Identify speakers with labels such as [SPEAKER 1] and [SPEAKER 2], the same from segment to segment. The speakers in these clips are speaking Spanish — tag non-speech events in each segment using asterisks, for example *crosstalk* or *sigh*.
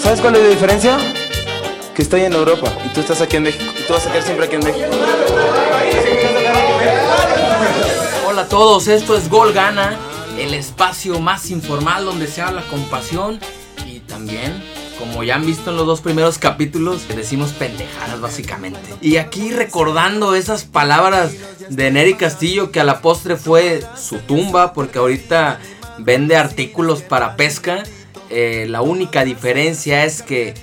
[SPEAKER 1] ¿Sabes cuál es la diferencia? Que estoy en Europa y tú estás aquí en México. Y tú vas a quedar siempre aquí en México.
[SPEAKER 2] Hola a todos, esto es Gol Gana, el espacio más informal donde se habla con pasión y también, como ya han visto en los dos primeros capítulos, decimos pendejadas básicamente. Y aquí recordando esas palabras de Nery Castillo que a la postre fue su tumba porque ahorita vende artículos para pesca. Eh, la única diferencia es que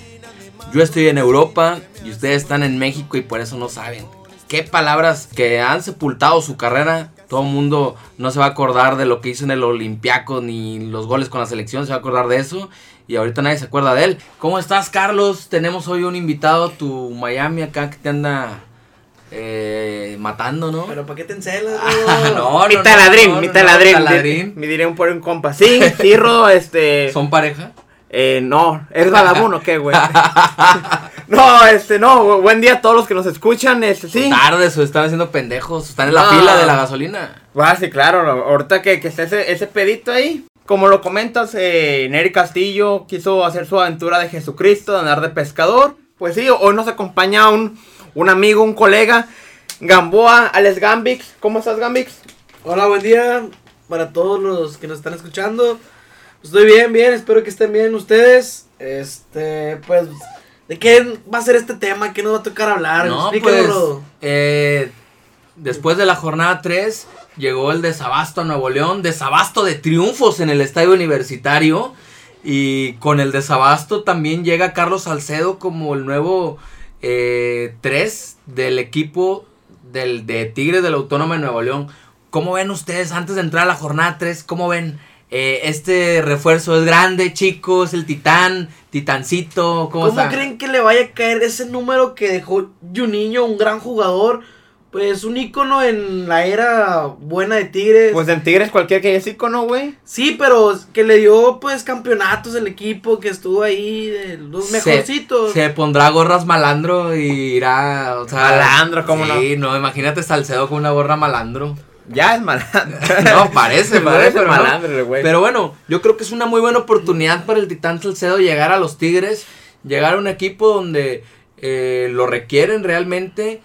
[SPEAKER 2] yo estoy en Europa y ustedes están en México y por eso no saben. Qué palabras que han sepultado su carrera. Todo el mundo no se va a acordar de lo que hizo en el Olympiaco ni los goles con la selección, se va a acordar de eso. Y ahorita nadie se acuerda de él. ¿Cómo estás, Carlos? Tenemos hoy un invitado, tu Miami acá que te anda eh, matando, ¿no?
[SPEAKER 3] Pero ¿para qué
[SPEAKER 2] *laughs*
[SPEAKER 3] te encelas?
[SPEAKER 2] Ah, no,
[SPEAKER 4] mi
[SPEAKER 2] no, no,
[SPEAKER 4] taladrín,
[SPEAKER 2] no, no,
[SPEAKER 4] mi
[SPEAKER 2] no,
[SPEAKER 4] taladrín.
[SPEAKER 2] taladrín.
[SPEAKER 4] Me diré un por un compa. Sí, sí, Rodo, este.
[SPEAKER 2] ¿Son pareja?
[SPEAKER 4] Eh, no, ¿eres vagabundo o qué, *laughs* güey? no, este, no, bu- buen día a todos los que nos escuchan, este, sí.
[SPEAKER 2] Tardes o están haciendo pendejos, están en la
[SPEAKER 4] No.
[SPEAKER 2] fila de la gasolina.
[SPEAKER 4] Ah, sí, claro, no, ahorita que, que está ese, ese pedito ahí. Como lo comentas, eh, Nery Castillo quiso hacer su aventura de Jesucristo, de andar de pescador. Pues sí, hoy nos acompaña un, un amigo, un colega, Gamboa, Alex Gambix. ¿Cómo estás, Gambix?
[SPEAKER 3] Hola, buen día para todos los que nos están escuchando. Estoy bien, bien, espero que estén bien ustedes. Este, pues, ¿de qué va a ser este tema? ¿Qué nos va a tocar hablar?
[SPEAKER 2] No,
[SPEAKER 3] Explícanos,
[SPEAKER 2] pues,
[SPEAKER 3] Rodo.
[SPEAKER 2] eh, después de la jornada 3 llegó el desabasto a Nuevo León, desabasto de triunfos en el estadio universitario y con el desabasto también llega Carlos Salcedo como el nuevo 3 del equipo del, de Tigres de la Autónoma de Nuevo León. ¿Cómo ven ustedes antes de entrar a la jornada 3? ¿Cómo ven? Eh, este refuerzo es grande, chicos, el titán, titancito, ¿cómo,
[SPEAKER 3] ¿Cómo
[SPEAKER 2] está?
[SPEAKER 3] creen que le vaya a caer ese número que dejó Juninho, un gran jugador? Pues un ícono en la era buena de Tigres.
[SPEAKER 4] Pues en Tigres cualquier que es ícono, güey.
[SPEAKER 3] sí, pero que le dio pues campeonatos el equipo que estuvo ahí, de los
[SPEAKER 2] Se-
[SPEAKER 3] mejorcitos.
[SPEAKER 2] Se, pondrá gorras malandro y irá. O sea,
[SPEAKER 4] Malandro, ¿cómo
[SPEAKER 2] sí, no? imagínate Salcedo con una gorra malandro.
[SPEAKER 4] Ya es
[SPEAKER 2] *laughs*
[SPEAKER 4] malandro.
[SPEAKER 2] No, parece, parece, pero no.
[SPEAKER 4] malandro, güey.
[SPEAKER 2] Pero bueno, yo creo que es una muy buena oportunidad para el Titán Salcedo llegar a los Tigres, llegar a un equipo donde eh, lo requieren realmente.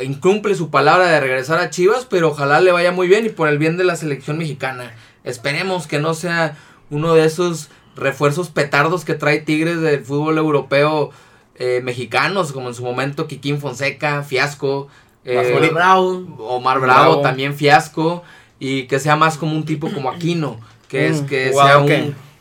[SPEAKER 2] Incumple su palabra de regresar a Chivas, pero ojalá le vaya muy bien y por el bien de la selección mexicana. Esperemos que no sea uno de esos refuerzos petardos que trae Tigres del fútbol europeo eh, mexicanos, como en su momento Kikín Fonseca, Fiasco, eh,
[SPEAKER 4] Basculit.
[SPEAKER 3] Bravo.
[SPEAKER 2] Omar Bravo,
[SPEAKER 4] Bravo.
[SPEAKER 2] también fiasco y que sea más como un tipo como Aquino, que es
[SPEAKER 4] Mm,
[SPEAKER 2] que
[SPEAKER 4] wow,
[SPEAKER 2] sea
[SPEAKER 4] ok.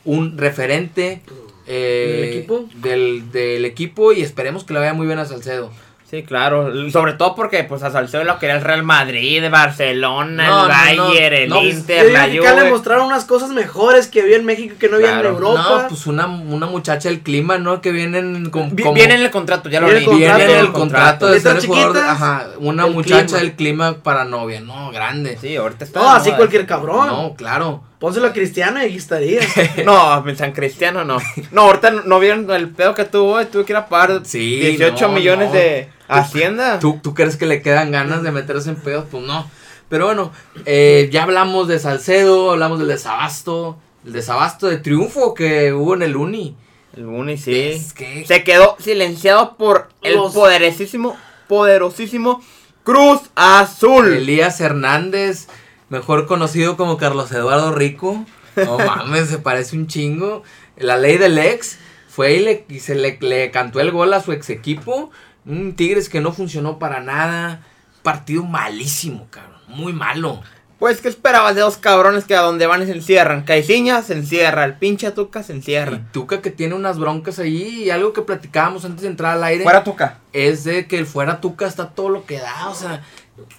[SPEAKER 2] un, un referente eh,
[SPEAKER 3] ¿Del equipo?
[SPEAKER 2] Del, del equipo y esperemos que le vaya muy bien a Salcedo.
[SPEAKER 4] Sí, claro. l- Sobre todo porque pues a Salcedo lo quería el Real Madrid, Barcelona,
[SPEAKER 2] No, no,
[SPEAKER 4] el Bayern,
[SPEAKER 2] no, no,
[SPEAKER 4] el Inter, la
[SPEAKER 3] Yo digo que acá le
[SPEAKER 4] Juve.
[SPEAKER 3] mostraron unas cosas mejores que había en México que no había en
[SPEAKER 4] Claro.
[SPEAKER 3] Europa.
[SPEAKER 2] No, pues una, una muchacha del clima, ¿no? Que vienen con,
[SPEAKER 4] Vi-
[SPEAKER 2] como-
[SPEAKER 4] Viene en el contrato, ya lo
[SPEAKER 3] Viene
[SPEAKER 4] leí.
[SPEAKER 3] el
[SPEAKER 2] viene
[SPEAKER 3] contrato.
[SPEAKER 2] en el contrato de
[SPEAKER 3] Letras
[SPEAKER 2] ser jugador de-
[SPEAKER 3] chiquitas,
[SPEAKER 2] ajá, una
[SPEAKER 3] el
[SPEAKER 2] muchacha
[SPEAKER 3] clima.
[SPEAKER 2] del clima para novia, no, grande.
[SPEAKER 4] Sí, ahorita está.
[SPEAKER 3] No,
[SPEAKER 4] de
[SPEAKER 3] así
[SPEAKER 4] moda. *laughs*
[SPEAKER 3] cualquier cabrón.
[SPEAKER 2] No, claro.
[SPEAKER 3] Pónselo a Cristiano y
[SPEAKER 2] *laughs*
[SPEAKER 3] aquí estaría.
[SPEAKER 4] No, en San Cristiano no. No, ahorita no, no vieron el pedo que tuvo, tuvo que ir a pagar
[SPEAKER 2] Sí,
[SPEAKER 4] 18
[SPEAKER 2] no,
[SPEAKER 4] millones
[SPEAKER 2] no.
[SPEAKER 4] de Hacienda.
[SPEAKER 2] ¿Tú, ¿Tú crees que le quedan ganas de meterse en pedos? Pues no. Pero bueno, eh, ya hablamos de Salcedo, hablamos del desabasto, el desabasto de triunfo que hubo en el Uni.
[SPEAKER 4] El Muni, sí.
[SPEAKER 2] Es que-
[SPEAKER 4] Se quedó silenciado por el
[SPEAKER 3] Los-
[SPEAKER 4] poderosísimo, poderosísimo Cruz Azul.
[SPEAKER 2] Elías Hernández, mejor conocido como Carlos Eduardo Rico.
[SPEAKER 4] *laughs*
[SPEAKER 2] No mames, se parece un chingo. La ley del ex fue y, le, y se le, le cantó el gol a su ex equipo. Un Tigres que no funcionó para nada. Partido malísimo, cabrón. Muy malo.
[SPEAKER 4] Pues, ¿qué esperabas de dos cabrones que a donde van se encierran? Caiciña se encierra, el pinche Tuca se
[SPEAKER 2] Y
[SPEAKER 4] encierra.
[SPEAKER 2] Tuca que tiene unas broncas ahí y algo que platicábamos antes de entrar al aire
[SPEAKER 4] Fuera Tuca.
[SPEAKER 2] es de que el fuera Tuca está todo lo que da, o sea,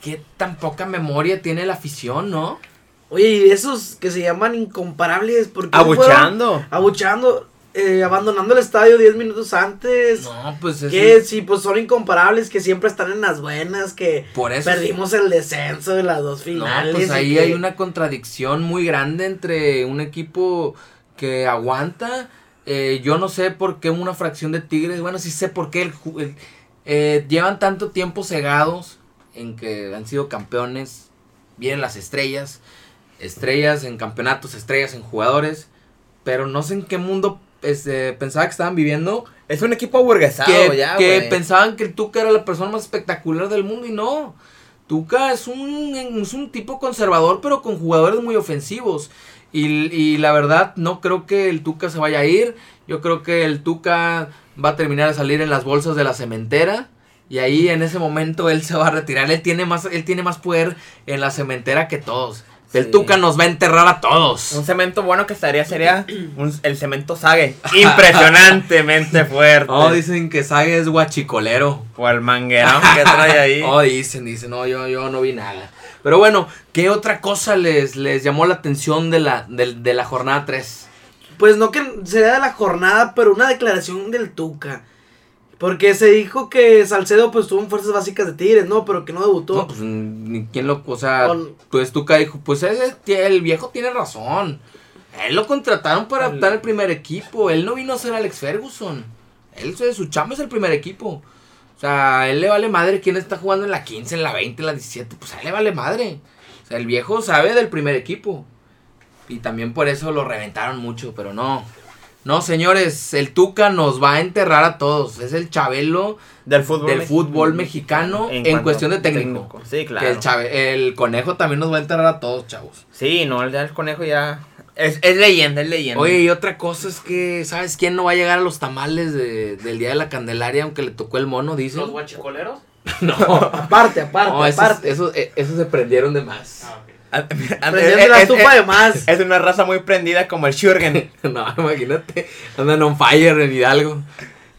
[SPEAKER 2] que tan poca memoria tiene la afición, ¿no?
[SPEAKER 3] Oye, y esos que se llaman incomparables, porque
[SPEAKER 4] Abucheando.
[SPEAKER 3] abuchando, eh, abandonando el estadio 10 minutos antes.
[SPEAKER 2] No, pues
[SPEAKER 3] Que
[SPEAKER 2] es
[SPEAKER 3] sí, pues son incomparables, que siempre están en las buenas, que
[SPEAKER 2] por eso
[SPEAKER 3] perdimos el descenso de las dos
[SPEAKER 2] No,
[SPEAKER 3] finales.
[SPEAKER 2] pues
[SPEAKER 3] y
[SPEAKER 2] ahí
[SPEAKER 3] que-
[SPEAKER 2] hay una contradicción muy grande entre un equipo que aguanta. eh, yo no sé por qué una fracción de Tigres, bueno, sí sé por qué el ju- el- eh, llevan tanto tiempo cegados en que han sido campeones, vienen las estrellas, estrellas en campeonatos, estrellas en jugadores, pero no sé en qué mundo este, pensaba que estaban viviendo.
[SPEAKER 4] Es un equipo aburguesado
[SPEAKER 2] que
[SPEAKER 4] ya,
[SPEAKER 2] que
[SPEAKER 4] güey.
[SPEAKER 2] pensaban que el Tuca era la persona más espectacular del mundo y no. Tuca es un, es un tipo conservador, pero con jugadores muy ofensivos. Y, y la verdad, no creo que el Tuca se vaya a ir. Yo creo que el Tuca va a terminar de salir en las bolsas de la cementera. Y ahí en ese momento él se va a retirar. Él tiene más, él tiene más poder en la cementera que todos. El
[SPEAKER 4] Sí.
[SPEAKER 2] Tuca nos va a enterrar a todos.
[SPEAKER 4] Un cemento bueno que
[SPEAKER 2] *clears throat*
[SPEAKER 4] estaría sería un- el
[SPEAKER 2] *laughs*
[SPEAKER 4] cemento Sage. Impresionantemente fuerte.
[SPEAKER 2] Oh, dicen que Sague es guachicolero.
[SPEAKER 4] O el manguerón que trae ahí.
[SPEAKER 2] *laughs* Oh, dicen, dicen, no, yo, yo no vi nada. Pero bueno, ¿qué otra cosa les, les llamó la atención de la, de, de la jornada 3?
[SPEAKER 3] Pues no que sería de la jornada, pero una declaración del Tuca. Porque se dijo que Salcedo pues tuvo en fuerzas básicas de Tigres, ¿no? Pero que no debutó.
[SPEAKER 2] No, pues, ni ¿quién lo, o sea,
[SPEAKER 3] Con-
[SPEAKER 2] pues Tuca dijo, pues ese tie- el viejo tiene razón. Él lo contrataron para
[SPEAKER 3] El-
[SPEAKER 2] estar en el primer equipo. Él no vino a ser Alex Ferguson. Él, se- su chamba es el primer equipo. O sea, él le vale madre quién está jugando en la 15, en la 20, en la 17. Pues a él le vale madre. O sea, el viejo sabe del primer equipo. Y también por eso lo reventaron mucho, pero no. No, señores, el Tuca nos va a enterrar a todos. Es el Chabelo
[SPEAKER 4] Del fútbol.
[SPEAKER 2] del
[SPEAKER 4] mex-
[SPEAKER 2] fútbol mexicano en,
[SPEAKER 4] cuanto-
[SPEAKER 2] cuestión de técnico.
[SPEAKER 4] Sí,
[SPEAKER 2] Que
[SPEAKER 4] claro.
[SPEAKER 2] el, Chave- el conejo también nos va a enterrar a todos, chavos.
[SPEAKER 4] Sí, no, ya el conejo ya. Es, es leyenda, es leyenda.
[SPEAKER 2] Oye, y otra cosa es que, ¿sabes quién no va a llegar a los tamales de- del Día de la Candelaria, aunque le tocó el mono, dice?
[SPEAKER 5] ¿Los guachicoleros?
[SPEAKER 2] No,
[SPEAKER 3] Aparte, aparte,
[SPEAKER 2] no esos,
[SPEAKER 3] aparte.
[SPEAKER 2] esos- eh, esos se prendieron de más.
[SPEAKER 5] Ah, ok.
[SPEAKER 4] *laughs* A- mira, antes-
[SPEAKER 3] Prendieron la
[SPEAKER 4] es, es-
[SPEAKER 3] estufa de más.
[SPEAKER 4] es una raza muy prendida como el
[SPEAKER 2] *laughs*
[SPEAKER 4] Shurgen.
[SPEAKER 2] No, imagínate, andan on fire en Hidalgo.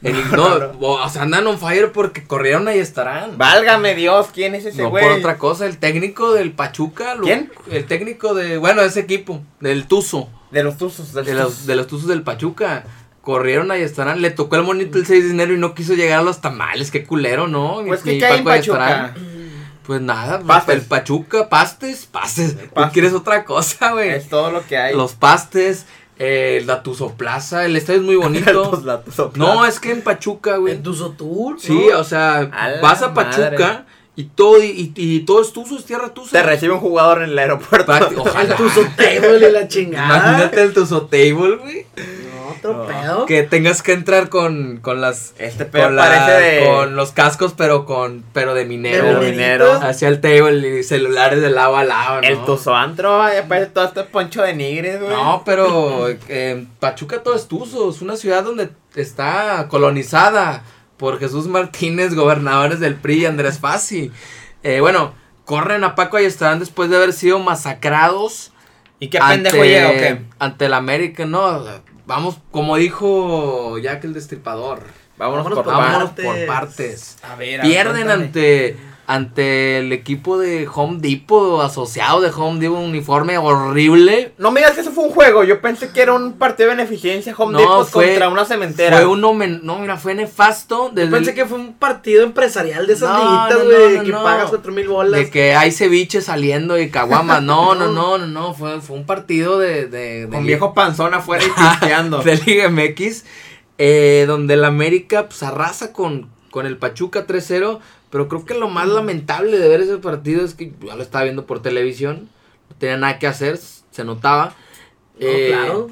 [SPEAKER 2] En- no, o sea, andan on fire porque corrieron ahí estarán.
[SPEAKER 4] Válgame Dios, ¿quién es ese
[SPEAKER 2] no
[SPEAKER 4] güey?
[SPEAKER 2] por otra cosa, el técnico del Pachuca. lo-
[SPEAKER 4] ¿Quién?
[SPEAKER 2] El técnico de, bueno, ese equipo, del Tuzo.
[SPEAKER 4] De los Tuzos.
[SPEAKER 2] de los, de los tuzos del Pachuca. Corrieron ahí estarán, le tocó el monito el 6 de enero y no quiso llegar a los tamales, qué culero, ¿no?
[SPEAKER 4] Pues
[SPEAKER 2] Ni-
[SPEAKER 4] que
[SPEAKER 2] ni
[SPEAKER 4] ¿qué hay en
[SPEAKER 2] Paco
[SPEAKER 4] Pachuca.
[SPEAKER 2] Ayestarán. Pues nada, pues,
[SPEAKER 4] Pastes.
[SPEAKER 2] el Pachuca, pastes, pastes. Tú
[SPEAKER 4] Pastes.
[SPEAKER 2] quieres otra cosa, güey.
[SPEAKER 4] Es todo lo que hay. *laughs*
[SPEAKER 2] Los pastes, eh, la Tuzo Plaza, el estadio es muy
[SPEAKER 4] Los
[SPEAKER 2] bonito.
[SPEAKER 4] latos.
[SPEAKER 2] no, es que en Pachuca, güey.
[SPEAKER 3] En tu Sotur.
[SPEAKER 2] Sí,
[SPEAKER 3] ¿no?
[SPEAKER 2] o sea,
[SPEAKER 4] A la
[SPEAKER 2] vas a
[SPEAKER 4] madre.
[SPEAKER 2] Pachuca y todo, y, y todo es tuzo, es tierra tuza.
[SPEAKER 4] Te recibe un jugador en el aeropuerto.
[SPEAKER 2] Prácti-
[SPEAKER 3] El
[SPEAKER 2] Ojalá. *laughs*
[SPEAKER 3] Tuzo Table y la chingada.
[SPEAKER 2] Imagínate el Tuzo Table, güey.
[SPEAKER 3] No, otro
[SPEAKER 4] No.
[SPEAKER 3] pedo.
[SPEAKER 2] que tengas que entrar con, con las
[SPEAKER 4] *laughs* Este pedo
[SPEAKER 2] con, la-
[SPEAKER 4] parece de.
[SPEAKER 2] con los cascos pero con pero de minero
[SPEAKER 3] De
[SPEAKER 2] güey.
[SPEAKER 3] minero.
[SPEAKER 2] hacia el table y celulares de lado a lado ¿no?
[SPEAKER 4] El tuzoantro, ya parece todo este poncho de nigres, güey.
[SPEAKER 2] no pero eh, Pachuca todo es tuzo es una ciudad donde está colonizada por Jesús Martínez gobernadores del PRI y Andrés Fassi Eh, bueno corren a Paco Ayestarán después de haber sido masacrados
[SPEAKER 4] ¿Y qué pendejo llega o qué?
[SPEAKER 2] ante el América no vamos como dijo Jack el destripador
[SPEAKER 4] Vámonos,
[SPEAKER 3] Vámonos
[SPEAKER 4] por
[SPEAKER 3] por
[SPEAKER 4] pan.
[SPEAKER 2] Vámonos
[SPEAKER 3] partes.
[SPEAKER 2] por partes.
[SPEAKER 5] A ver,
[SPEAKER 2] Pierden
[SPEAKER 5] afrontame.
[SPEAKER 2] ante ante el equipo de Home Depot, asociado de Home Depot, un uniforme horrible.
[SPEAKER 4] No me digas que eso fue un juego. Yo pensé que era un partido de beneficencia Home
[SPEAKER 2] No,
[SPEAKER 4] Depot
[SPEAKER 2] fue-
[SPEAKER 4] contra una cementera.
[SPEAKER 2] Fue un homen- no, mira, fue nefasto desde
[SPEAKER 3] Pensé
[SPEAKER 2] el-
[SPEAKER 3] que fue un partido empresarial de esas
[SPEAKER 2] No,
[SPEAKER 3] liguitas,
[SPEAKER 2] no,
[SPEAKER 3] güey,
[SPEAKER 2] no,
[SPEAKER 3] que
[SPEAKER 2] no.
[SPEAKER 3] pagas cuatro mil bolas.
[SPEAKER 2] de que hay ceviche saliendo y caguamas.
[SPEAKER 3] *laughs*
[SPEAKER 2] No, no, no, no, no, fue, fue un partido de, de, de
[SPEAKER 4] Con viejo panzón afuera
[SPEAKER 2] *laughs*
[SPEAKER 4] y
[SPEAKER 2] Ah,
[SPEAKER 4] pisteando.
[SPEAKER 2] de Liga MX, eh, donde el América pues, arrasa con, con el Pachuca 3-0, pero creo que lo más lamentable de ver ese partido es que ya lo estaba viendo por televisión, no tenía nada que hacer, s- se notaba.
[SPEAKER 3] No,
[SPEAKER 2] eh,
[SPEAKER 3] claro.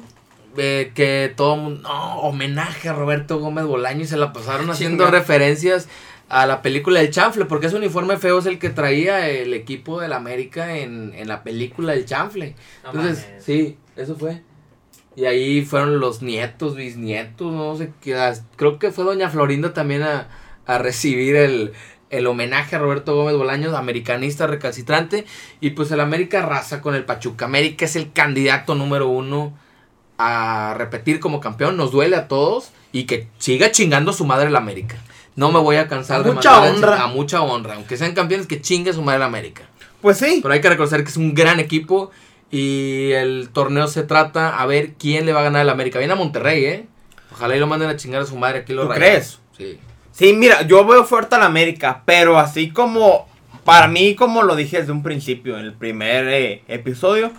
[SPEAKER 2] eh, que todo el mundo, no, homenaje a Roberto Gómez Bolaño y se la pasaron haciendo
[SPEAKER 4] Chinga.
[SPEAKER 2] referencias a la película El Chanfle, porque ese uniforme feo es el que traía el equipo del América en, en la película El Chanfle.
[SPEAKER 5] No
[SPEAKER 2] Entonces,
[SPEAKER 5] mames.
[SPEAKER 2] sí, eso fue. Y ahí fueron los nietos, bisnietos, no sé qué. as- Creo que fue Doña Florinda también a, a recibir el, el homenaje a Roberto Gómez Bolaños, americanista recalcitrante. Y pues el América raza con el Pachuca. América es el candidato número uno a repetir como campeón. Nos duele a todos y que siga chingando su madre el América. No me voy a cansar
[SPEAKER 3] A
[SPEAKER 2] de
[SPEAKER 3] mucha
[SPEAKER 2] mandarle
[SPEAKER 3] honra.
[SPEAKER 2] A mucha honra. Aunque sean campeones, que chingue su madre el América.
[SPEAKER 4] Pues sí.
[SPEAKER 2] Pero hay que reconocer que es un gran equipo y el torneo se trata a ver quién le va a ganar al América. Viene a Monterrey, ¿eh? Ojalá y lo manden a chingar a su madre aquí los
[SPEAKER 4] ¿Tú
[SPEAKER 2] Rayados. Sí.
[SPEAKER 4] Sí, mira, yo veo fuerte al América, pero así como, para mí, como lo dije desde un principio, en el primer eh, episodio,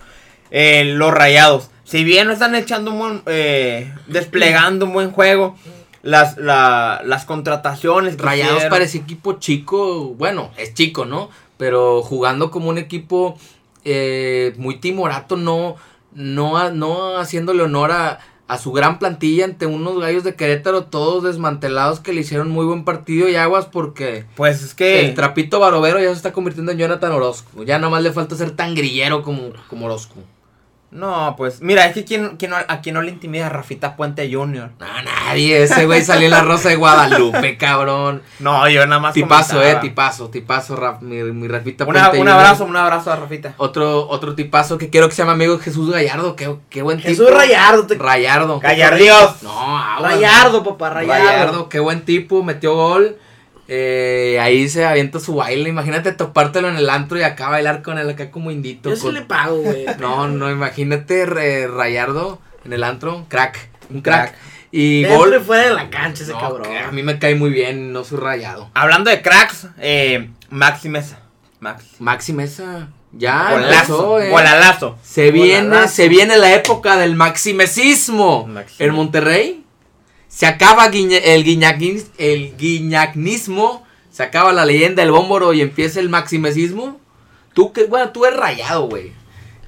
[SPEAKER 4] eh, los rayados, si bien no están echando un buen, eh, desplegando un buen juego, las, la- las contrataciones que
[SPEAKER 2] Rayados
[SPEAKER 4] hicieron-
[SPEAKER 2] parece equipo chico, bueno, es chico, ¿no? Pero jugando como un equipo eh, muy timorato, no, no, ha- no haciéndole honor a, a su gran plantilla ante unos gallos de Querétaro todos desmantelados que le hicieron muy buen partido y aguas porque
[SPEAKER 4] Pues es que.
[SPEAKER 2] el trapito Barovero ya se está convirtiendo en Jonathan Orozco. Ya nada más le falta ser tan grillero como, como Orozco.
[SPEAKER 4] No, pues. Mira, es que quien, quien no- a quien no le intimida a Rafita Puente Jr.
[SPEAKER 2] No, nadie. Ese güey salió en la Rosa de Guadalupe, cabrón.
[SPEAKER 4] No, yo nada más.
[SPEAKER 2] Tipazo,
[SPEAKER 4] comentaba.
[SPEAKER 2] eh, tipazo, tipazo, Raf- mi, mi Rafita
[SPEAKER 4] Una-
[SPEAKER 2] Puente
[SPEAKER 4] un
[SPEAKER 2] Jr.
[SPEAKER 4] abrazo, un abrazo a Rafita.
[SPEAKER 2] Otro, otro tipazo que quiero que se llame amigo Jesús Gallardo. Qué, qué buen tipo.
[SPEAKER 3] Jesús Rayardo. te-
[SPEAKER 2] Rayardo.
[SPEAKER 4] Gallardios.
[SPEAKER 2] No, aguas,
[SPEAKER 3] Rayardo, papá, Rayardo.
[SPEAKER 2] Gallardo, qué buen tipo, metió gol. Eh, ahí se avienta su baile. Imagínate topártelo en el antro y acá bailar con él acá como indito.
[SPEAKER 3] Yo sí
[SPEAKER 2] con-
[SPEAKER 3] le pago, güey.
[SPEAKER 2] *laughs* No, no, imagínate re- Rayardo en el antro, crack, un crack.
[SPEAKER 4] Crack.
[SPEAKER 2] Y
[SPEAKER 3] Dentro y
[SPEAKER 2] gol.
[SPEAKER 3] fuera de la cancha ese
[SPEAKER 2] No,
[SPEAKER 3] cabrón.
[SPEAKER 2] que a mí me cae muy bien, no soy rayado.
[SPEAKER 4] Hablando de cracks, eh, Maxi Mesa. Maxi.
[SPEAKER 2] Maxi Mesa, ya
[SPEAKER 4] Golazo.
[SPEAKER 2] empezó, eh.
[SPEAKER 4] Golalazo.
[SPEAKER 2] Se viene,
[SPEAKER 3] Golalazo.
[SPEAKER 2] se viene la época del maximesismo
[SPEAKER 4] Maxi-
[SPEAKER 2] en Monterrey. Se acaba guiña- el, guiñaquin- el guiñacnismo, se acaba la leyenda del bómboro y empieza el maximesismo. Tú que, bueno, tú eres rayado, güey.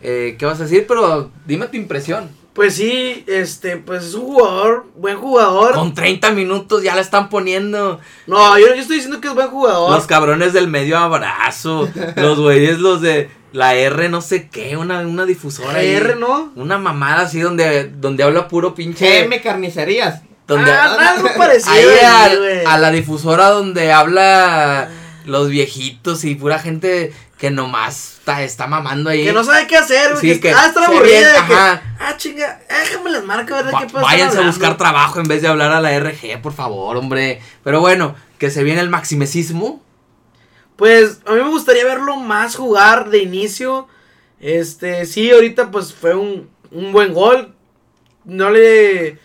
[SPEAKER 2] Eh, ¿Qué vas a decir? Pero dime tu impresión.
[SPEAKER 3] Pues sí, este, pues es un jugador, buen jugador.
[SPEAKER 2] Con 30 minutos ya la están poniendo.
[SPEAKER 3] No, yo, yo estoy diciendo que es buen jugador.
[SPEAKER 2] Los cabrones del medio
[SPEAKER 3] *laughs*
[SPEAKER 2] abrazo. Los güeyes, los de la R no sé qué, una, una difusora. ahí.
[SPEAKER 3] R, ¿no?
[SPEAKER 2] Una mamada así donde, donde habla puro pinche.
[SPEAKER 4] GM Em Carnicerías.
[SPEAKER 2] Donde,
[SPEAKER 3] Ah, algo parecido.
[SPEAKER 2] ahí
[SPEAKER 3] sí,
[SPEAKER 2] al-
[SPEAKER 3] güey.
[SPEAKER 2] a, la difusora donde habla los viejitos y pura gente que nomás está, está mamando ahí.
[SPEAKER 3] Que no sabe qué hacer, güey.
[SPEAKER 2] Sí,
[SPEAKER 3] que
[SPEAKER 2] que
[SPEAKER 3] ah, está
[SPEAKER 2] se
[SPEAKER 3] aburrida.
[SPEAKER 2] ve-
[SPEAKER 3] de que,
[SPEAKER 2] ajá.
[SPEAKER 3] ah, chinga, déjame las marcas, a ver de
[SPEAKER 2] Va-
[SPEAKER 3] qué pasa.
[SPEAKER 2] váyanse a buscar trabajo en vez de hablar a la RG, por favor, hombre. Pero bueno, que se viene el maximesismo.
[SPEAKER 3] Pues a mí me gustaría verlo más jugar de inicio. Este, sí, ahorita pues fue un, un buen gol. No le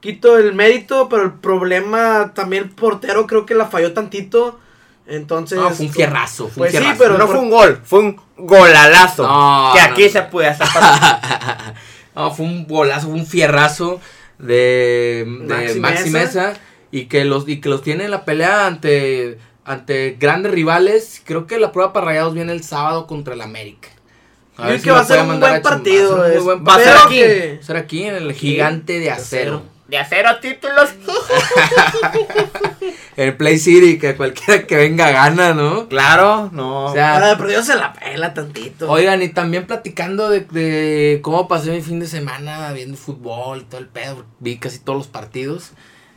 [SPEAKER 3] quito el mérito, pero el problema también el portero creo que la falló tantito. Entonces.
[SPEAKER 2] No, fue un fierrazo, fue un
[SPEAKER 3] Pues sí,
[SPEAKER 2] fierrazo.
[SPEAKER 3] pero
[SPEAKER 4] no
[SPEAKER 3] por-
[SPEAKER 4] fue un gol, fue un golalazo.
[SPEAKER 2] No,
[SPEAKER 4] que
[SPEAKER 2] no,
[SPEAKER 4] aquí
[SPEAKER 2] no.
[SPEAKER 4] se puede hacer pasar.
[SPEAKER 2] No, fue un golazo, fue un fierrazo de, de
[SPEAKER 3] Maxi
[SPEAKER 2] Maxi,
[SPEAKER 3] Mesa.
[SPEAKER 2] Mesa. y que los y que los tiene en la pelea ante ante grandes rivales. Creo que la prueba para Rayados viene el sábado contra el América.
[SPEAKER 3] Yo creo que va a ser
[SPEAKER 2] puede
[SPEAKER 3] un
[SPEAKER 2] mandar
[SPEAKER 3] buen
[SPEAKER 2] chum-
[SPEAKER 3] partido,
[SPEAKER 2] Va a ser un muy
[SPEAKER 3] es-
[SPEAKER 2] buen
[SPEAKER 4] va a ser
[SPEAKER 2] partido.
[SPEAKER 3] pero
[SPEAKER 4] aquí.
[SPEAKER 3] que-
[SPEAKER 2] Va a ser aquí en el gigante de acero.
[SPEAKER 4] De acero títulos.
[SPEAKER 2] El Play City, que cualquiera que venga gana, ¿no?
[SPEAKER 4] claro, no.
[SPEAKER 2] O sea,
[SPEAKER 3] Pero de perdido se la pela tantito.
[SPEAKER 2] Oigan, y también platicando de, de cómo pasé mi fin de semana viendo fútbol, todo el pedo, vi casi todos los partidos.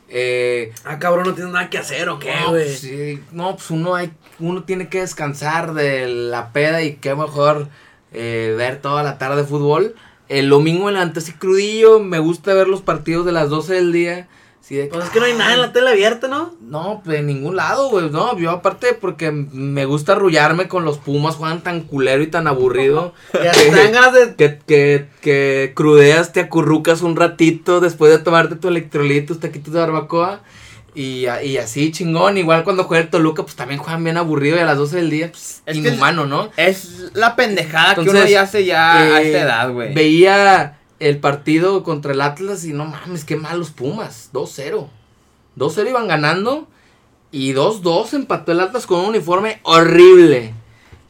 [SPEAKER 2] Eh,
[SPEAKER 3] Ah, cabrón, no tienes nada que hacer, ¿o qué,
[SPEAKER 2] no,
[SPEAKER 3] güey?
[SPEAKER 2] pues, sí, no, pues uno, hay, uno tiene que descansar de la peda y qué mejor eh, ver toda la tarde fútbol. El domingo en antes y crudillo, me gusta ver los partidos de las 12 del día. así de "Ah,
[SPEAKER 3] Pues es que no hay nada en la tele abierta, ¿no?
[SPEAKER 2] no, pues en ningún lado, güey. No, yo aparte porque me gusta arrullarme con los Pumas, juegan tan culero y tan
[SPEAKER 3] *laughs*
[SPEAKER 2] aburrido.
[SPEAKER 3] Ya te
[SPEAKER 2] eh,
[SPEAKER 3] dan ganas de.
[SPEAKER 2] Que, que, que crudeas, te acurrucas un ratito después de tomarte tu electrolito, tus taquitos de barbacoa. Y, a- y así, chingón. Igual cuando juega el Toluca, pues también juegan bien aburrido y a las 12 del día, pues
[SPEAKER 4] Es que
[SPEAKER 2] inhumano, ¿no?
[SPEAKER 4] Es la pendejada que uno
[SPEAKER 2] Entonces,
[SPEAKER 4] ya hace ya a
[SPEAKER 2] Eh,
[SPEAKER 4] esta edad, güey.
[SPEAKER 2] Veía el partido contra el Atlas y no mames, qué malos Pumas. 2-0. 2-0 iban ganando y 2-2 empató el Atlas con un uniforme horrible.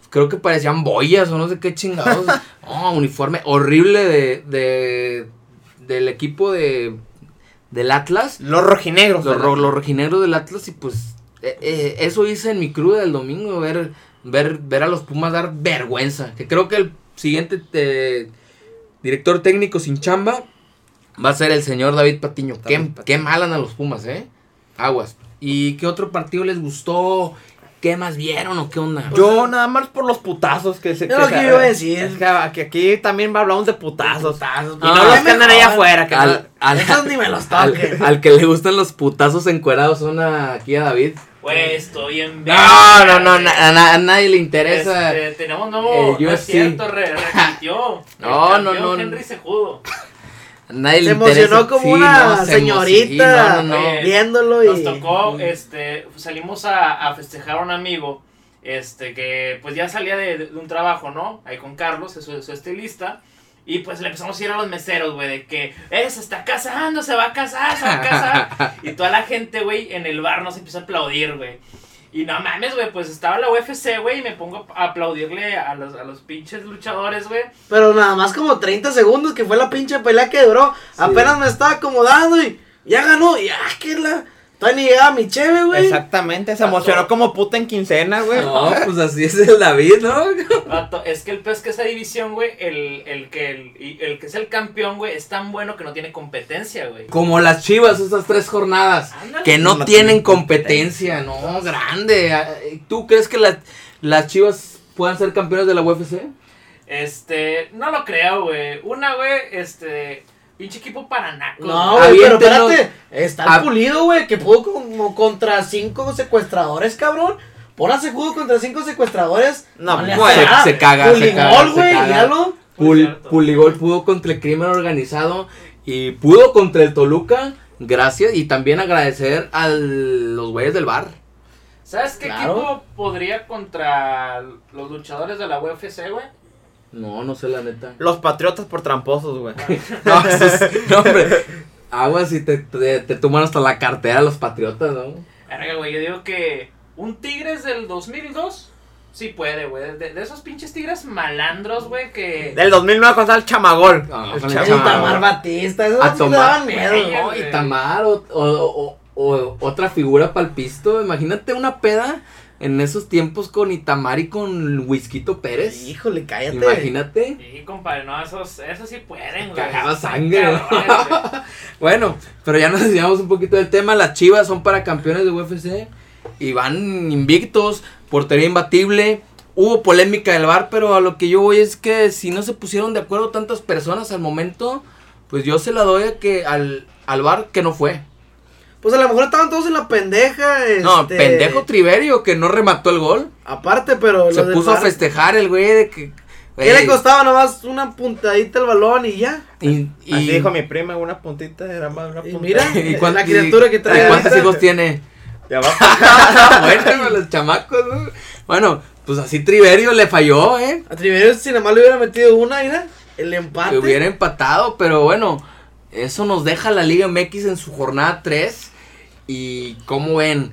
[SPEAKER 2] Creo que parecían boyas o no sé qué
[SPEAKER 4] *laughs*
[SPEAKER 2] chingados. No, uniforme horrible de, de- del equipo de, del Atlas.
[SPEAKER 4] Los rojinegros.
[SPEAKER 2] Los,
[SPEAKER 4] ¿verdad?
[SPEAKER 2] ro- los rojinegros del Atlas y pues eh, eh, eso hice en mi cruda del domingo, ver, ver, ver a los Pumas dar vergüenza. Que creo que el siguiente eh, director técnico sin chamba va a ser el señor David Patiño. Qué,
[SPEAKER 4] David Patiño.
[SPEAKER 2] qué mal andan los Pumas, ¿eh? Aguas. ¿Y qué otro partido les gustó? ¿Qué más vieron o qué onda?
[SPEAKER 4] Yo nada más por los putazos que se.
[SPEAKER 3] Es lo
[SPEAKER 4] se-
[SPEAKER 3] que yo iba a decir.
[SPEAKER 4] Es que, ah, que aquí también hablamos de putazos.
[SPEAKER 3] Putazos,
[SPEAKER 4] Y no
[SPEAKER 2] Ah,
[SPEAKER 4] los
[SPEAKER 2] es
[SPEAKER 4] que andan allá afuera. Que
[SPEAKER 2] al, al-
[SPEAKER 3] Esos ni me
[SPEAKER 2] *laughs*
[SPEAKER 3] los
[SPEAKER 2] al-
[SPEAKER 3] toques.
[SPEAKER 2] al que le gustan los putazos encuerados son a- aquí a David.
[SPEAKER 5] Güey, estoy en
[SPEAKER 2] No,
[SPEAKER 5] verga,
[SPEAKER 2] no, no,
[SPEAKER 5] güey.
[SPEAKER 2] na- na- a nadie le interesa.
[SPEAKER 5] Este, tenemos nuevo.
[SPEAKER 2] el
[SPEAKER 5] no es
[SPEAKER 2] UFC.
[SPEAKER 5] cierto, re- repitió.
[SPEAKER 2] *laughs* No,
[SPEAKER 5] El
[SPEAKER 2] no,
[SPEAKER 5] campeón
[SPEAKER 2] no.
[SPEAKER 5] Henry Sejudo.
[SPEAKER 2] A nadie
[SPEAKER 3] Se
[SPEAKER 2] le
[SPEAKER 3] emocionó
[SPEAKER 2] interesa.
[SPEAKER 3] como
[SPEAKER 2] Sí,
[SPEAKER 3] una
[SPEAKER 2] no, se
[SPEAKER 3] señorita
[SPEAKER 2] emocionó, no, no, no.
[SPEAKER 5] Oye,
[SPEAKER 3] viéndolo
[SPEAKER 5] Nos
[SPEAKER 3] y.
[SPEAKER 5] tocó, este, salimos a, a festejar a un amigo, este, que pues ya salía de, de un trabajo, ¿no? Ahí con Carlos, su, su estilista. Y pues le empezamos a ir a los meseros, güey, de que, eh, se está casando, se va a casar, se va a casar. y toda la gente, güey, en el bar nos empieza a aplaudir, güey. Y no mames, güey, pues estaba la UFC, güey, y me pongo a aplaudirle a los, a los pinches luchadores, güey.
[SPEAKER 3] Pero nada más como 30 segundos, que fue la pinche pelea que duró. Apenas me estaba acomodando y ya ganó. Y ah, que la. Todavía ni llegaba mi cheve, güey.
[SPEAKER 4] Exactamente, se emocionó como puta en quincena, güey.
[SPEAKER 2] No, pues así es el David, ¿no?
[SPEAKER 5] Vato, es que el peor es que esa división, güey, el, el, que, el, y el que es el campeón, güey, es tan bueno que no tiene competencia, güey.
[SPEAKER 2] Como las chivas, estas tres jornadas.
[SPEAKER 5] Ándale.
[SPEAKER 2] Que no
[SPEAKER 4] No
[SPEAKER 2] tienen
[SPEAKER 4] tienen
[SPEAKER 2] competencia, no, grande. Ah, ¿Tú crees que las- las chivas puedan ser campeones de la UFC?
[SPEAKER 5] Este, no lo creo, güey. Una, güey, este, pinche equipo para nacos,
[SPEAKER 3] No,
[SPEAKER 5] güey.
[SPEAKER 2] Ah,
[SPEAKER 3] güey, pero
[SPEAKER 2] Aviéntenos.
[SPEAKER 3] espérate. Está el
[SPEAKER 2] Ah.
[SPEAKER 3] pulido, güey, que pudo como contra cinco secuestradores, cabrón. Por se pudo contra cinco secuestradores.
[SPEAKER 4] No,
[SPEAKER 3] le hace
[SPEAKER 4] bueno,
[SPEAKER 3] nada.
[SPEAKER 2] se caga, se
[SPEAKER 3] Puligol,
[SPEAKER 2] caga, se
[SPEAKER 3] güey,
[SPEAKER 2] caga.
[SPEAKER 3] míralo.
[SPEAKER 5] Muy
[SPEAKER 2] Pul-
[SPEAKER 5] cierto.
[SPEAKER 2] Puligol pudo contra el crimen organizado y pudo contra el Toluca. Gracias. Y también agradecer a los güeyes del bar.
[SPEAKER 5] ¿Sabes qué
[SPEAKER 3] Claro.
[SPEAKER 5] equipo podría contra los luchadores de la UFC, güey?
[SPEAKER 2] No, no sé la neta.
[SPEAKER 4] Los patriotas por tramposos, güey.
[SPEAKER 2] No, eso es- no, hombre. Aguas y te, te, te tuman hasta la cartera los patriotas, ¿no?
[SPEAKER 5] Verga, güey, yo digo que un Tigres del 2002 sí puede, güey. De, de esos pinches Tigres malandros, güey, que...
[SPEAKER 4] Del 2009 cuando estaba el chamagol.
[SPEAKER 2] Ah,
[SPEAKER 4] el
[SPEAKER 2] con el
[SPEAKER 3] El
[SPEAKER 2] chamagol.
[SPEAKER 3] Tamar Batista, eso
[SPEAKER 2] A
[SPEAKER 3] no me
[SPEAKER 2] tomar.
[SPEAKER 3] daba miedo.
[SPEAKER 5] Güey,
[SPEAKER 2] No, y Tamar o, o- o- o- otra figura palpisto. Imagínate una peda en esos tiempos con Itamar y con Whisquito Pérez.
[SPEAKER 3] Híjole, cállate.
[SPEAKER 2] Imagínate.
[SPEAKER 5] Sí, compadre, no, esos, esos sí pueden, güey.
[SPEAKER 2] Cagaba
[SPEAKER 5] Esos están
[SPEAKER 2] sangre, ¿no?
[SPEAKER 5] cabrones,
[SPEAKER 3] *laughs*
[SPEAKER 5] güey.
[SPEAKER 2] Bueno, pero ya nos desviamos un poquito del tema. Las chivas son para campeones de UFC y van invictos, portería imbatible. Hubo polémica del bar, pero a lo que yo voy es que si no se pusieron de acuerdo tantas personas al momento, pues yo se la doy a que al, al bar que no fue.
[SPEAKER 3] Pues a lo mejor estaban todos en la pendeja.
[SPEAKER 2] No,
[SPEAKER 3] este,
[SPEAKER 2] pendejo Triverio que no remató el gol.
[SPEAKER 3] Aparte, pero.
[SPEAKER 2] Se
[SPEAKER 3] los del
[SPEAKER 2] puso a
[SPEAKER 3] VAR-
[SPEAKER 2] festejar el güey de que.
[SPEAKER 3] ¿Qué le
[SPEAKER 2] eh,
[SPEAKER 3] costaba nomás una puntadita el balón y ya?
[SPEAKER 2] y, y-
[SPEAKER 4] Así dijo mi prima, una puntita, era más una
[SPEAKER 3] Y
[SPEAKER 4] puntita.
[SPEAKER 3] mira.
[SPEAKER 2] *laughs* y cuán-
[SPEAKER 3] la criatura que
[SPEAKER 2] y
[SPEAKER 3] trae
[SPEAKER 2] ¿Cuántos
[SPEAKER 3] ahorita.
[SPEAKER 2] hijos tiene?
[SPEAKER 4] Ya va.
[SPEAKER 2] *laughs* Ah, bueno, los chamacos, ¿no? Bueno, pues así Triverio le falló, ¿eh?
[SPEAKER 3] A Triverio, si nada más le hubiera metido una, mira, el empate.
[SPEAKER 2] Que hubiera empatado, pero bueno, eso nos deja la Liga MX en su jornada 3. Y como ven,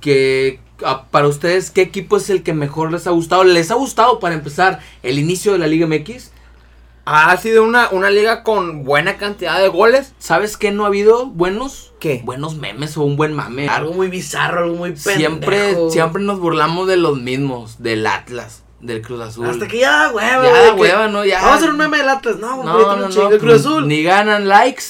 [SPEAKER 2] que a- para ustedes, ¿qué equipo es el que mejor les ha gustado? ¿Les ha gustado para empezar el inicio de la Liga MX?
[SPEAKER 4] Ah, Ha sido una, una liga con buena cantidad de goles.
[SPEAKER 2] ¿Sabes qué no ha habido buenos?
[SPEAKER 4] ¿Qué?
[SPEAKER 2] Buenos memes o un buen mame.
[SPEAKER 3] Algo muy bizarro, algo muy pendejo.
[SPEAKER 2] siempre, siempre nos burlamos de los mismos, del Atlas, del Cruz Azul.
[SPEAKER 3] Hasta que ya da
[SPEAKER 2] ya,
[SPEAKER 3] hueva, güey, que
[SPEAKER 2] hueva, ¿no? Ya.
[SPEAKER 3] Vamos a hacer un meme de latas. No, güey,
[SPEAKER 2] No,
[SPEAKER 3] ahorita
[SPEAKER 2] no,
[SPEAKER 3] Ah, un chingo
[SPEAKER 2] no,
[SPEAKER 3] el Cruz
[SPEAKER 2] pues,
[SPEAKER 3] Azul.
[SPEAKER 2] Ni ganan likes,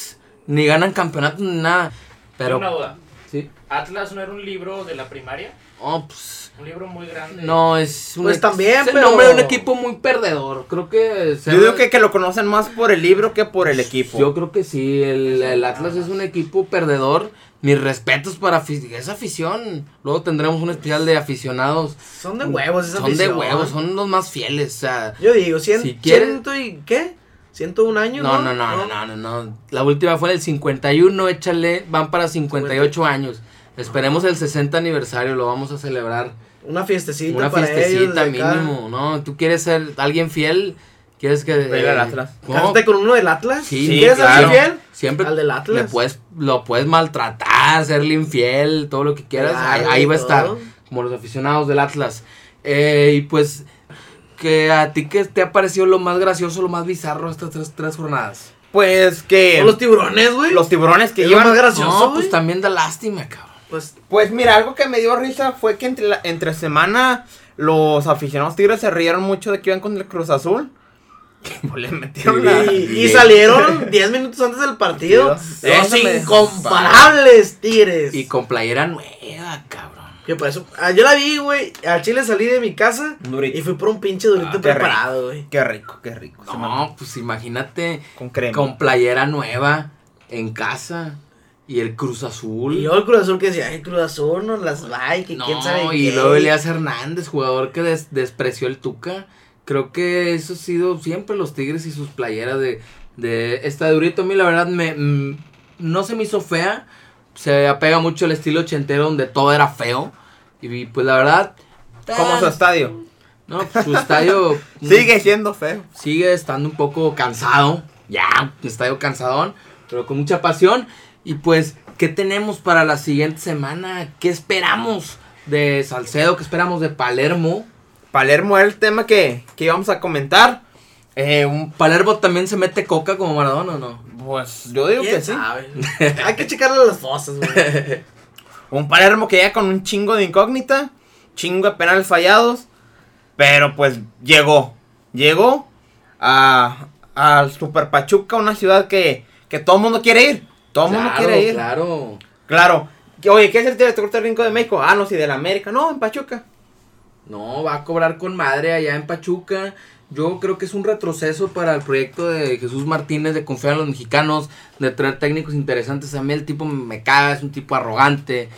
[SPEAKER 2] ni ganan campeonatos, ni nada. Pero.
[SPEAKER 5] Una duda.
[SPEAKER 2] Sí.
[SPEAKER 5] Atlas no era un libro de la primaria,
[SPEAKER 2] Oh, pues,
[SPEAKER 5] un libro muy grande.
[SPEAKER 2] no, es un.
[SPEAKER 3] Pues también,
[SPEAKER 2] es el
[SPEAKER 3] pero-
[SPEAKER 2] nombre de un equipo muy perdedor. Creo que. se-
[SPEAKER 4] Yo digo que, que lo conocen más por el libro que por el equipo.
[SPEAKER 2] Yo creo que sí. El, el Atlas es un equipo perdedor. Mis respetos para afi- esa afición. Luego tendremos un especial de aficionados.
[SPEAKER 3] Son de huevos esa
[SPEAKER 2] Son de
[SPEAKER 3] afición.
[SPEAKER 2] huevos, son los más fieles. O sea,
[SPEAKER 3] Yo digo, cien,
[SPEAKER 2] Si quieres-
[SPEAKER 3] ciento y qué? ¿Ciento un año?
[SPEAKER 2] No, no, no, no, no, no, no. La última fue en el 51, échale, van para 58 años. Esperemos el 60 aniversario, lo vamos a celebrar.
[SPEAKER 3] Una fiestecita
[SPEAKER 2] Una
[SPEAKER 3] para ellos
[SPEAKER 2] fiestecita
[SPEAKER 3] de acá.
[SPEAKER 2] mínimo, ¿no? ¿Tú quieres ser alguien fiel? ¿Quieres que...
[SPEAKER 4] Fiel al Atlas.
[SPEAKER 2] ¿no?
[SPEAKER 3] ¿Casarte con uno del Atlas?
[SPEAKER 2] Sí,
[SPEAKER 3] Si ¿Quieres
[SPEAKER 2] claro.
[SPEAKER 3] ser fiel?
[SPEAKER 2] Siempre
[SPEAKER 3] Al del
[SPEAKER 2] le
[SPEAKER 3] Atlas.
[SPEAKER 2] puedes, lo puedes maltratar, serle infiel, todo lo que quieras. ahí,
[SPEAKER 3] Claro,
[SPEAKER 2] ahí va a
[SPEAKER 3] todo.
[SPEAKER 2] estar, como los aficionados del Atlas. Eh, y pues, que a ti que te ha parecido lo más gracioso, lo más bizarro estas tres, tres jornadas.
[SPEAKER 4] Pues que
[SPEAKER 3] O los tiburones, güey.
[SPEAKER 4] los tiburones que
[SPEAKER 3] Es lo más
[SPEAKER 4] iban.
[SPEAKER 3] gracioso,
[SPEAKER 2] No,
[SPEAKER 3] güey.
[SPEAKER 2] pues también da lástima, cabrón.
[SPEAKER 3] Pues
[SPEAKER 4] Pues mira, algo que me dio risa fue que entre, la- entre semana los aficionados tigres se rieron mucho de que iban con el Cruz Azul. *laughs* Que pues, le metieron la-
[SPEAKER 3] Y, y salieron 10 minutos antes del partido.
[SPEAKER 4] Sí,
[SPEAKER 3] Los
[SPEAKER 4] sí, me-
[SPEAKER 3] incomparables Tigres.
[SPEAKER 2] Y con playera nueva, cabrón.
[SPEAKER 3] Que por eso- ah, yo la vi, güey. Al Chile salí de mi casa
[SPEAKER 4] Durito.
[SPEAKER 3] y fui por un pinche durito
[SPEAKER 4] Ah, qué
[SPEAKER 3] preparado, güey.
[SPEAKER 4] Qué rico, qué rico. Se me-
[SPEAKER 2] No, pues imagínate
[SPEAKER 4] Con crema.
[SPEAKER 2] con playera nueva en casa y el Cruz Azul.
[SPEAKER 3] Y luego el Cruz Azul que decía, ay, Cruz Azul nos las va y que
[SPEAKER 2] no,
[SPEAKER 3] quién sabe.
[SPEAKER 2] y
[SPEAKER 3] qué".
[SPEAKER 2] luego Elias Hernández, jugador que des- despreció el Tuca. Creo que eso ha sido siempre los Tigres y sus playeras de, de esta durito. A mí la verdad me mm, no se me hizo fea. Se apega mucho al estilo ochentero donde todo era feo. Y pues la verdad...
[SPEAKER 4] Como su estadio.
[SPEAKER 2] No, pues, su
[SPEAKER 3] *laughs*
[SPEAKER 2] estadio mm,
[SPEAKER 4] Sigue siendo feo.
[SPEAKER 2] sigue estando un poco cansado. Ya, estadio cansadón, pero con mucha pasión. Y pues, ¿qué tenemos para la siguiente semana? ¿Qué esperamos de Salcedo, que esperamos de Palermo.
[SPEAKER 4] Palermo era el tema que, que íbamos a comentar. Eh, un,
[SPEAKER 2] Palermo también se mete coca como Maradona, ¿o ¿no?
[SPEAKER 4] pues yo digo que
[SPEAKER 3] ¿Quién
[SPEAKER 4] sí.
[SPEAKER 3] sabe? Hay que checarle las fosas,
[SPEAKER 2] *laughs*
[SPEAKER 3] güey.
[SPEAKER 4] Un Palermo que llega con un chingo de incógnita, chingo de penales fallados, pero pues llegó. Llegó a, a Super Pachuca, una ciudad que, que todo el mundo quiere ir. Todo el mundo
[SPEAKER 2] Claro,
[SPEAKER 4] quiere ir. Claro.
[SPEAKER 2] Claro.
[SPEAKER 4] Que, Oye, ¿qué es el director técnico de México? Ah, no, sí, de la América. No, en Pachuca.
[SPEAKER 2] No, va a cobrar con madre allá en Pachuca. Yo creo que es un retroceso para el proyecto de Jesús Martínez de confiar en los mexicanos, de traer técnicos interesantes. A mí el tipo me caga, es un tipo arrogante.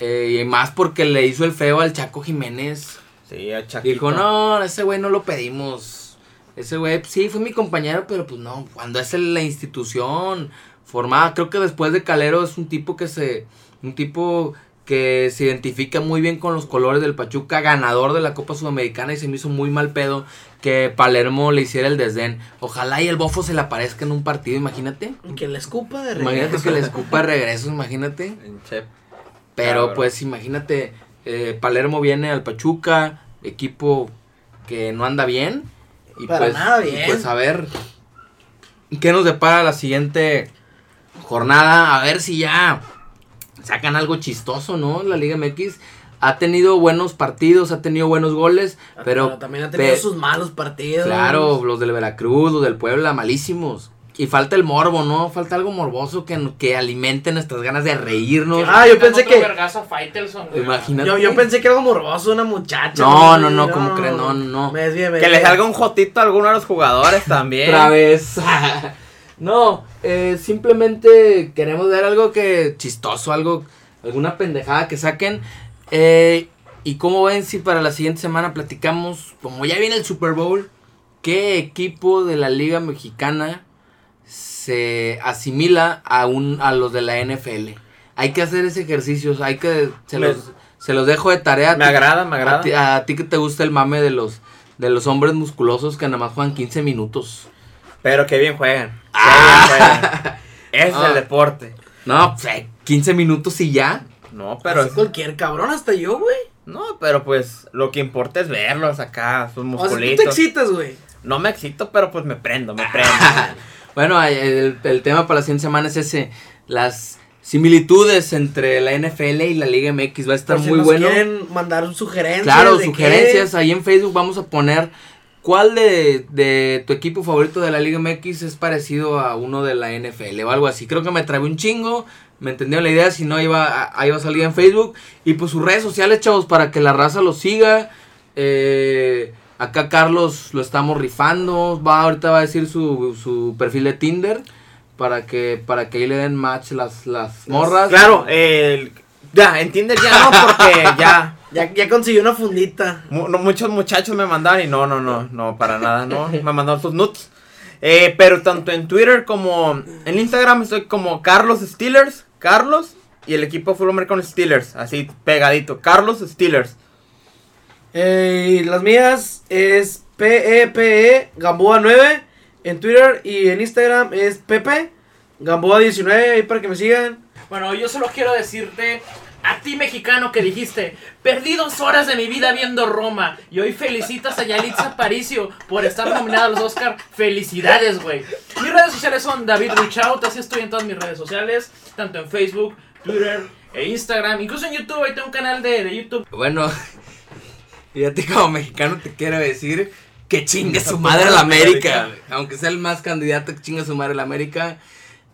[SPEAKER 2] eh, y más porque le hizo el feo al Chaco Jiménez.
[SPEAKER 4] Sí, a Chaquito.
[SPEAKER 2] Dijo, no, ese güey no lo pedimos. Ese güey, sí, fue mi compañero, pero pues no, cuando es la institución formada, creo que después de Calero es un tipo que se, un tipo que se identifica muy bien con los colores del Pachuca, ganador de la Copa Sudamericana y se me hizo muy mal pedo que Palermo le hiciera el desdén. Ojalá y el bofo se le aparezca en un partido, imagínate.
[SPEAKER 3] Que la escupa de
[SPEAKER 2] Imagínate
[SPEAKER 3] regreso. *laughs*
[SPEAKER 2] que le escupa regresos, imagínate.
[SPEAKER 4] En Chep.
[SPEAKER 2] Pero
[SPEAKER 4] Cabrón.
[SPEAKER 2] pues imagínate, eh, Palermo viene al Pachuca, equipo que no anda bien. Y
[SPEAKER 3] Para
[SPEAKER 2] pues,
[SPEAKER 3] nada
[SPEAKER 2] y,
[SPEAKER 3] bien.
[SPEAKER 2] pues a ver qué nos depara la siguiente jornada. A ver si ya sacan algo chistoso, ¿no? La Liga MX ha tenido buenos partidos, ha tenido buenos goles,
[SPEAKER 3] Ah,
[SPEAKER 2] *laughs* pero...
[SPEAKER 3] también ha tenido
[SPEAKER 2] pe-
[SPEAKER 3] sus malos partidos.
[SPEAKER 2] Claro, los del Veracruz, los del Puebla, malísimos. Y falta el morbo, ¿no? Falta algo morboso que, que alimente nuestras ganas de reírnos.
[SPEAKER 3] Ah, yo pensé
[SPEAKER 5] Otro
[SPEAKER 3] que.
[SPEAKER 5] vergazo a Faitelson, güey.
[SPEAKER 2] Imagínate.
[SPEAKER 3] Yo, yo pensé que era como morboso una muchacha.
[SPEAKER 2] No,
[SPEAKER 3] güey,
[SPEAKER 2] no, no, ¿cómo crees? No, no, no.
[SPEAKER 3] Me desvié, me
[SPEAKER 4] Que le
[SPEAKER 3] desvié.
[SPEAKER 4] salga un jotito a alguno de los jugadores también.
[SPEAKER 2] Otra vez. *laughs* no, eh, simplemente queremos ver algo que chistoso, algo, alguna pendejada que saquen. Eh, y como ven, si para la siguiente semana platicamos, como ya viene el Super Bowl, ¿qué equipo de la Liga Mexicana se asimila a, un, a los de la NFL? Hay que hacer ese ejercicio, o sea, hay que... Se
[SPEAKER 4] Me-
[SPEAKER 2] los, se los dejo de tarea.
[SPEAKER 4] Me agrada, me
[SPEAKER 2] A ti,
[SPEAKER 4] agrada.
[SPEAKER 2] a ti que te gusta el mame de los de los hombres musculosos que nada más juegan 15 minutos.
[SPEAKER 4] Pero que bien juegan. Qué
[SPEAKER 3] Ah.
[SPEAKER 4] bien
[SPEAKER 3] *laughs*
[SPEAKER 4] juegan. Es
[SPEAKER 2] Ah.
[SPEAKER 4] el deporte.
[SPEAKER 2] No, pues, eh, 15 minutos y ya.
[SPEAKER 4] No,
[SPEAKER 3] Pero
[SPEAKER 4] pero es-
[SPEAKER 3] cualquier cabrón, hasta yo, güey.
[SPEAKER 4] No, pero pues lo que importa es verlos acá, sus
[SPEAKER 3] O sea, tú te
[SPEAKER 4] musculitos.
[SPEAKER 3] excitas, güey.
[SPEAKER 4] no me excito, pero pues me prendo,
[SPEAKER 3] *laughs*
[SPEAKER 4] me prendo.
[SPEAKER 2] Bueno, eh, el, el tema para la siguiente semana es ese. Las similitudes entre la NFL y la Liga MX va a estar
[SPEAKER 3] Por si
[SPEAKER 2] muy
[SPEAKER 3] nos
[SPEAKER 2] bueno.
[SPEAKER 3] quieren mandar sugerencias.
[SPEAKER 2] Claro,
[SPEAKER 3] de qué.
[SPEAKER 2] sugerencias. Ahí en Facebook vamos a poner cuál de, de tu equipo favorito de la Liga MX es parecido a uno de la NFL o algo así. Creo que me trae un chingo. Me entendieron la idea. Si no, ahí va, ahí va a salir en Facebook. Y pues sus redes sociales, chavos, para que la raza lo siga. Eh, acá Carlos lo estamos rifando. Va, ahorita va a decir su, su perfil de Tinder. Para que, para que ahí le den match las, las morras.
[SPEAKER 4] claro, el- ya, en Tinder ya no, porque ya.
[SPEAKER 3] Ya, ya consiguió una fundita.
[SPEAKER 4] mu- no, muchos muchachos me mandaron y no, no, no, no, para
[SPEAKER 2] *laughs*
[SPEAKER 4] nada, no. Me mandaron sus nuts. Eh, pero tanto en Twitter como en Instagram estoy como Carlos Steelers, Carlos y el equipo de fútbol americano Steelers, así pegadito, Carlos Steelers.
[SPEAKER 3] Eh, y las mías es PEPE E Gamboa 9 en Twitter y en Instagram es Pepe Gamboa 19 ahí para que me sigan.
[SPEAKER 5] Bueno, yo solo quiero decirte a ti mexicano que dijiste, perdí dos horas de mi vida viendo Roma y hoy felicitas a Yalitza Paricio por estar nominada a los Oscar. Felicidades, güey. Mis redes sociales son David Ruchaut, así estoy en todas mis redes sociales, tanto en Facebook, Twitter e Instagram, incluso en YouTube, ahí tengo un canal de, de YouTube.
[SPEAKER 2] Bueno, *laughs* fíjate como mexicano te quiero decir que chingue su madre la América. güey. Aunque sea el más candidato que chingue su madre la América.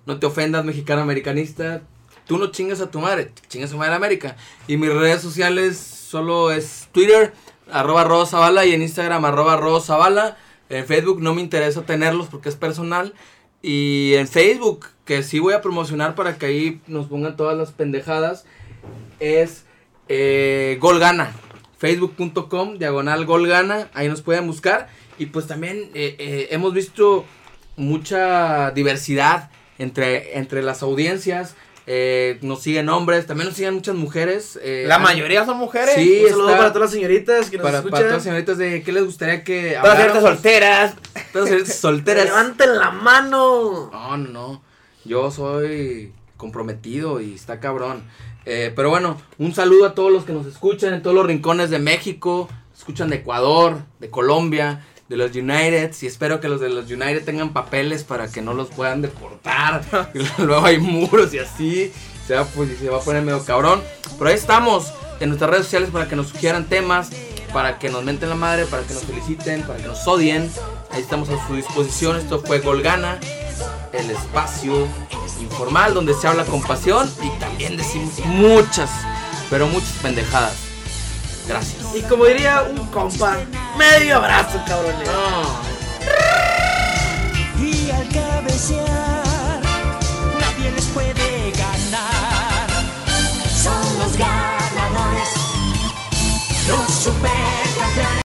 [SPEAKER 2] No te ofendas, mexicano americanista. Tú no chingas a tu madre, chingas a su madre la América. Y mis redes sociales solo es Twitter, arroba Rodo Zavala, y en Instagram, arroba Rodo Zavala. En Facebook no me interesa tenerlos porque es personal. Y en Facebook, que sí voy a promocionar para que ahí nos pongan todas las pendejadas, es eh, Golgana. Facebook.com, diagonal Golgana. Ahí nos pueden buscar. Y pues también eh, eh, hemos visto mucha diversidad entre, entre las audiencias. Eh, nos siguen hombres, también nos siguen muchas mujeres. eh,
[SPEAKER 4] La
[SPEAKER 2] han-
[SPEAKER 4] mayoría son mujeres.
[SPEAKER 2] Sí,
[SPEAKER 3] Un saludo
[SPEAKER 2] está-
[SPEAKER 3] para todas las señoritas que
[SPEAKER 2] Para,
[SPEAKER 3] nos
[SPEAKER 2] para
[SPEAKER 3] escuchan.
[SPEAKER 2] todas las señoritas de qué les gustaría que
[SPEAKER 4] Todas ciertas
[SPEAKER 2] habláramos?
[SPEAKER 4] solteras.
[SPEAKER 2] Todas las señoritas solteras.
[SPEAKER 3] Levanten la mano.
[SPEAKER 2] No, no, no. Yo soy comprometido y está cabrón. Eh, pero bueno, un saludo a todos los que nos escuchan en todos los rincones de México, escuchan de Ecuador, de Colombia, de los United, y espero que los de los United tengan papeles para que no los puedan deportar. *laughs* Y luego hay muros y así, se va, pues, se va a poner medio cabrón. Pero ahí estamos, en nuestras redes sociales para que nos sugieran temas, para que nos menten la madre, para que nos feliciten, para que nos odien. Ahí estamos a su disposición. Esto fue Golgana, el espacio informal donde se habla con pasión y también decimos muchas, pero muchas pendejadas. Gracias.
[SPEAKER 3] Y como diría un compa, medio abrazo, cabrones.
[SPEAKER 2] No.